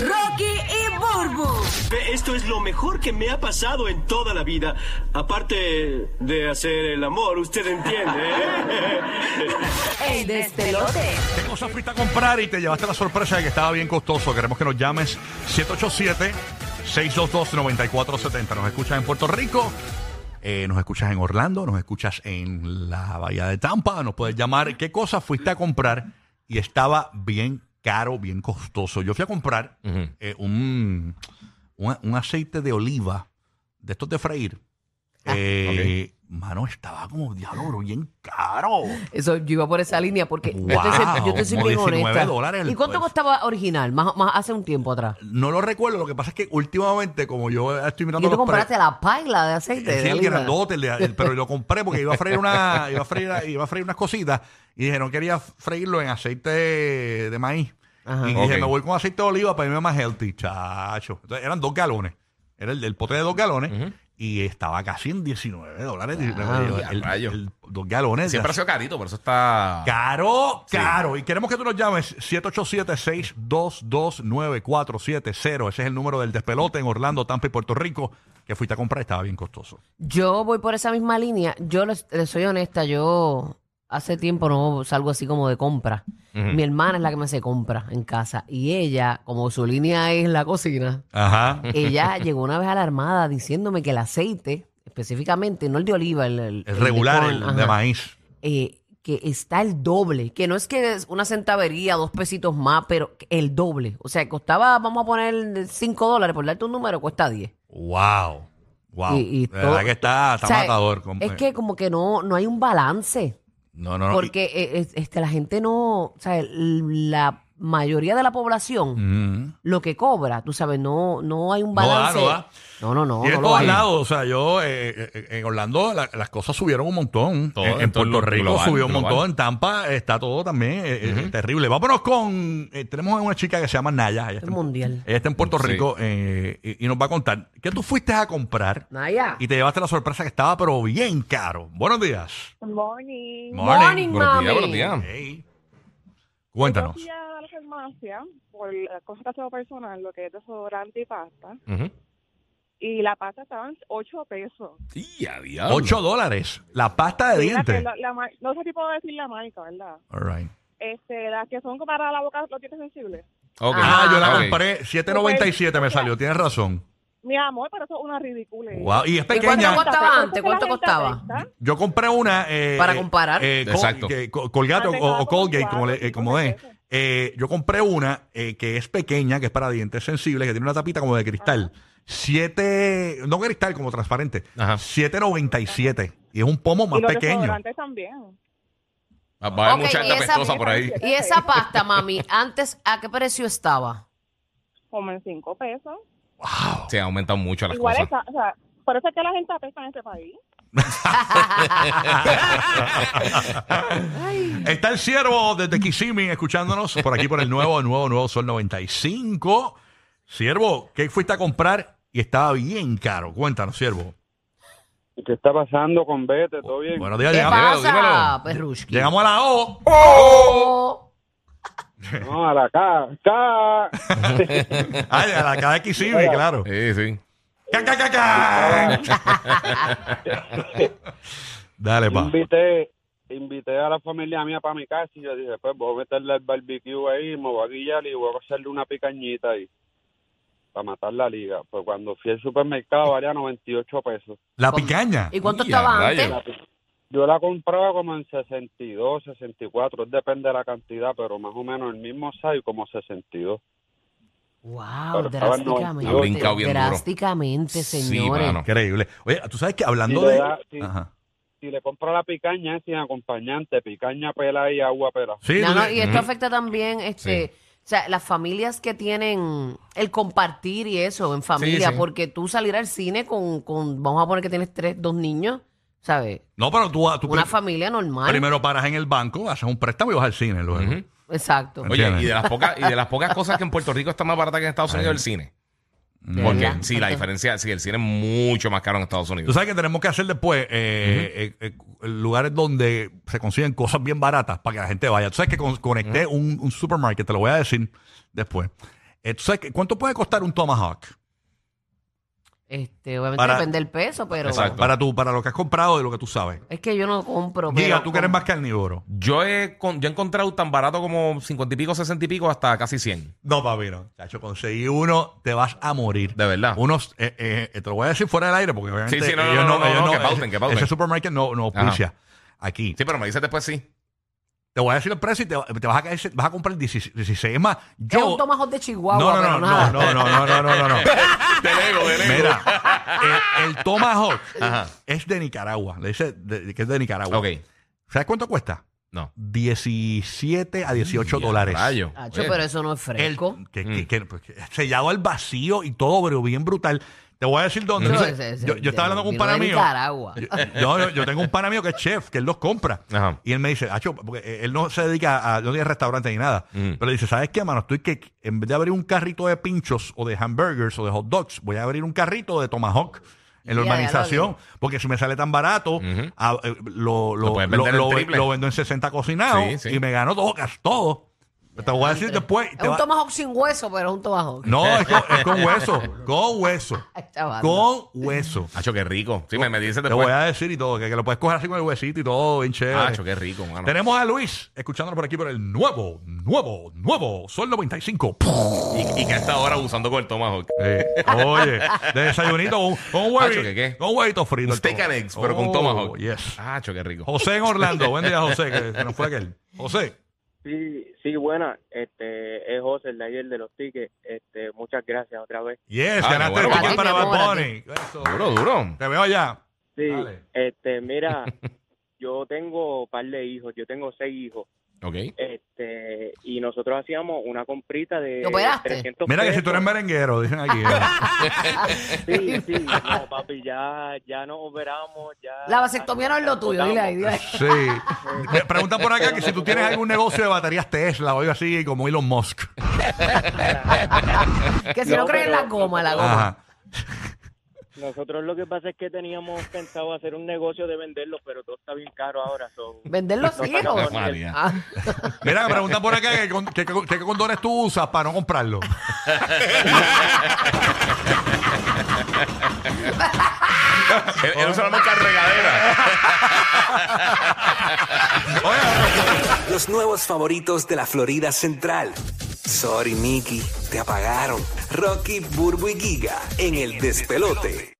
Rocky y Burbu. Esto es lo mejor que me ha pasado en toda la vida. Aparte de hacer el amor, usted entiende. ¿eh? El despelote. Tengo esa fuiste a comprar y te llevaste la sorpresa de que estaba bien costoso. Queremos que nos llames 787-622-9470. Nos escuchas en Puerto Rico, eh, nos escuchas en Orlando, nos escuchas en la Bahía de Tampa. Nos puedes llamar. ¿Qué cosa fuiste a comprar y estaba bien caro, bien costoso? Yo fui a comprar eh, un, un- un aceite de oliva de estos de freír. Eh, Mano, estaba como diablo, bro, bien caro. Eso, yo iba por esa línea porque yo Wow, te soy- yo te soy como bien 19 honesta. dólares el- ¿Y cuánto el- costaba original? Más, más hace un tiempo atrás. No lo recuerdo, lo que pasa es que últimamente, como yo estoy mirando Y tú los pre- Eh, compraste la paila de aceite. Sí, de el oliva. grandote, el de- el- pero lo compré porque iba a freír una, iba a freír, iba a freír unas cositas y dije, no quería freírlo en aceite de maíz. Ajá. Y dije, Ok. me voy con aceite de oliva para irme más healthy, chacho. Entonces, eran dos galones. Era el, el pote de dos galones y estaba casi en 19 Ah, dólares. ya, el, rayos. el- dos galones. Siempre ha sido carito, por eso está. Caro, caro. Y queremos que tú nos llames 787-622-9470. Ese es el número del despelote en Orlando, Tampa y Puerto Rico, que fuiste a comprar. Estaba bien costoso. Yo voy por esa misma línea. Yo les, les soy honesta, yo hace tiempo no salgo así como de compra. Mi hermana es la que me hace compra en casa y ella, como su línea es la cocina, Ajá. ella llegó una vez alarmada diciéndome que el aceite, específicamente, no el de oliva, el, el- el El de regular, corn, el de ajá, maíz. eh, que está el doble, que no es que es una centavería, dos pesitos más, pero el doble. O sea, costaba, vamos a poner 5 dólares, por darte un número, cuesta 10. Wow. Wow. Y- y De verdad todo- que está, está O sea, matador. com- Es que como que no, no hay un balance. No, no, no. porque eh, es- este, la gente no, o sea, el- la mayoría de la población, Mm. lo que cobra, tú sabes, no, no hay un No da, balance. no da. no, no, no, y es no lo todos hay. lados, o sea, yo eh, eh, en Orlando la- las cosas subieron un montón. Todo, en, en en todo Puerto el Rico global, subió un global. montón, en Tampa está todo también eh, eh, terrible. Vámonos con, eh, tenemos a una chica que se llama Naya, ella está, Es en- mundial. ella está en Puerto Sí. Rico eh, y, y nos va a contar que tú fuiste a comprar Naya. y te llevaste la sorpresa que estaba pero bien caro. Buenos días. Morning. Morning, Buenos días, mami. buenos días. Hey. Cuéntanos. Yo fui a la farmacia por la cosa que hacía personal, lo que es desodorante y pasta. Ujú. Y la pasta estaba en 8 pesos. Y a diablo. 8 dólares. La pasta de Sí, la que- dientes. la- la mar- no sé si puedo decir la marca, ¿verdad? All right. Este, las que son para la boca, los dientes sensibles. Ok. Ah, yo la Ok. compré. 7.97 me salió. Tienes razón. Mi amor, pero eso es una ridícula. Wow. Y es ¿Y pequeña. cuánto costaba Entonces, antes? eso es que ¿Cuánto la gente costaba? acepta. Yo compré una. eh, Para comparar. eh, Col- Exacto. que- co- Colgate o, Antes estaba o Colgate, como como, le, cuatro, eh, como cinco es. pesos. Eh, yo compré una eh, que es pequeña, que es para dientes sensibles, que tiene una tapita como de cristal. 7. No cristal, como transparente. Ajá. 7.97. Y es un pomo más y los pequeño. desodorantes también. Ah, Va a haber Ok, mucha y gente esa- apestosa por ahí. Y esa pasta, mami, antes, ¿a qué precio estaba? Como en 5 pesos. Se han aumentado mucho las Igual cosas. esa, o sea, por eso es que la gente apesta en este país. Está el ciervo desde Kissimmee escuchándonos por aquí por el nuevo, nuevo, nuevo Sol 95. Ciervo, ¿qué fuiste a comprar? Y estaba bien caro. Cuéntanos, ciervo. ¿Qué está pasando con Vete? ¿Todo bien? Buenos días, ¿Qué llegamos, pasa, Perrushki? llegamos a la O. Oh, No, a la K. K. Ay, a la cara de Kissimmee, claro. Sí, sí. Ca, ca, ca, ca. Dale, pa. invité, invité a la familia mía para mi casa y yo dije, pues voy a meterle el barbecue ahí, me voy a guillar y voy a hacerle una picañita ahí para matar la liga. Pues cuando fui al supermercado valía 98 pesos. La picaña. ¿Y cuánto Ya, estaba rayos. antes? Yo la compraba como en 62, 64, depende de la cantidad, pero más o menos el mismo size como 62. Wow, Pero estaba en drásticamente. 92. Ha brincado bien duro. drásticamente, Sí, señores. mano. Increíble. Oye, tú sabes que hablando Y le de. da- sí. Ajá. Si le compro la picaña es sin acompañante, picaña pela y agua pela. Sí, No, tú no, le- y esto afecta también, este, o sea, las familias que tienen el compartir y eso en familia, sí. porque tú salir al cine con, con, vamos a poner que tienes tres, dos niños, ¿sabes? no, pero tú, tú Una pri- familia normal. primero paras en el banco, haces un préstamo y vas al cine luego. Ujú. Exacto. pues Oye, y de, las pocas, y de las pocas cosas que en Puerto Rico está más barata que en Estados Unidos el cine. Mm. De Porque verdad. sí, la diferencia, sí, el cine es mucho más caro en Estados Tú Unidos. sabes que tenemos que hacer después eh, eh, eh, lugares donde se consiguen cosas bien baratas para que la gente vaya. Tú sabes que con- conecté un, un supermarket, te lo voy a decir después. Eh, ¿tú sabes qué? ¿Cuánto puede costar un tomahawk? Este, obviamente Para- depende del peso, pero Exacto. Para, tu, para lo que has comprado y lo que tú sabes. es que yo no compro. Diga, pero tú que eres más carnívoro. Yo he, con- yo he encontrado tan barato como 50 y pico, 60 y pico, hasta casi 100. No, papi, no. Chacho, conseguí uno, te vas a morir. De verdad. Unos, eh, eh, te lo voy a decir fuera del aire porque obviamente sí, no, no, ellos no, no, no, ellos no, no- que pauten, que pauten. Ese supermercado no, no Ajá. auspicia aquí. Sí, pero me dices después sí. Te voy a decir el precio y te, va- te vas, a caer, vas a comprar 16, 16 más. Es Yo, un tomahawk de Chihuahua, no, pero no, no, nada. no, no, no, no, no, no, no, no. Te lego, te Mira, el, el Tomahawk Ajá. es de Nicaragua. Le dice de- que es de Nicaragua. Ok. ¿Sabes cuánto cuesta? No. 17 a 18 dólares. Rayo. Acho, Oye, pero eso no es El, fresco. que, Mm. que- que- pues, que sellado al vacío y todo, pero bien brutal. Te voy a decir dónde. Eso Entonces, es- es- yo, yo estaba hablando con un vino de pana mío. Nicaragua. Yo, eh, yo- yo tengo un pana mío que es chef, que él los compra. Ajá. Y él me dice, Acho, porque él no se dedica a, no tiene restaurante ni nada. Mm. Pero le dice, ¿sabes qué, mano? Estoy que en vez de abrir un carrito de pinchos o de hamburgers o de hot dogs, voy a abrir un carrito de tomahawk en la Ya, ya lo urbanización. Porque si me sale tan barato, Ujú. a- eh, lo, lo- Lo puedes lo- vender en lo- triple. lo vendo en 60 cocinados Sí, sí. y me gano todo, casi todo. te voy a decir después. Es te un va- tomahawk sin hueso, pero es un tomahawk. No, es con, es con hueso. Con hueso. Ay, chaval. Con hueso. Acho, qué rico. Sí, me, me dices Te voy después. a decir y todo, que, que lo puedes coger así con el huesito y todo, bien chévere. Acho, qué rico, mano. Tenemos a Luis escuchándolo por aquí por el nuevo, nuevo, nuevo Sol 95. Y, y que a esta hora abusando con el tomahawk. Eh, oye, de desayunito con un- con un huevito, Acho, ¿qué, qué? con un huevito frito. Un steak and eggs, pero con Oh, tomahawk. yes. Acho, qué rico. José en Orlando. Buen día, José, que se nos fue aquel. José. Sí, sí, buena. Este, es José, el de ayer de los tickets. Este, muchas gracias otra vez. Yes, Ah, ganaste bueno, el ticket bueno. para Dime, Bad ahora Bunny. Eso. Duro, duro. Te veo allá. Sí, Dale. este, mira, yo tengo un par de hijos, yo tengo seis hijos. Ok. Este, y nosotros hacíamos una comprita de ¿Te operaste? 300 Mira que si tú eres pesos. merenguero, dicen aquí. ¿eh? Sí, sí, no, papi, ya, ya nos operamos, ya. La vasectomía no es lo tuyo, dile ahí, dile ahí. Sí. Me preguntan por acá que si tú tienes algún negocio de baterías Tesla o algo así, como Elon Musk. Que si no, No, creen en pero- la goma, la goma. Ajá. Nosotros lo que pasa es que teníamos pensado hacer un negocio de venderlos, pero todo está bien caro ahora. so- Vender los no hijos. sacamos el- María. Ah, Mira, me preguntan por acá que, con- que- que- que condones tú usas para no comprarlo. Él, él usa la marca regadera. Los nuevos favoritos de la Florida Central. Sorry, Mickey, te apagaron. Rocky, Burbu y Giga en el despelote.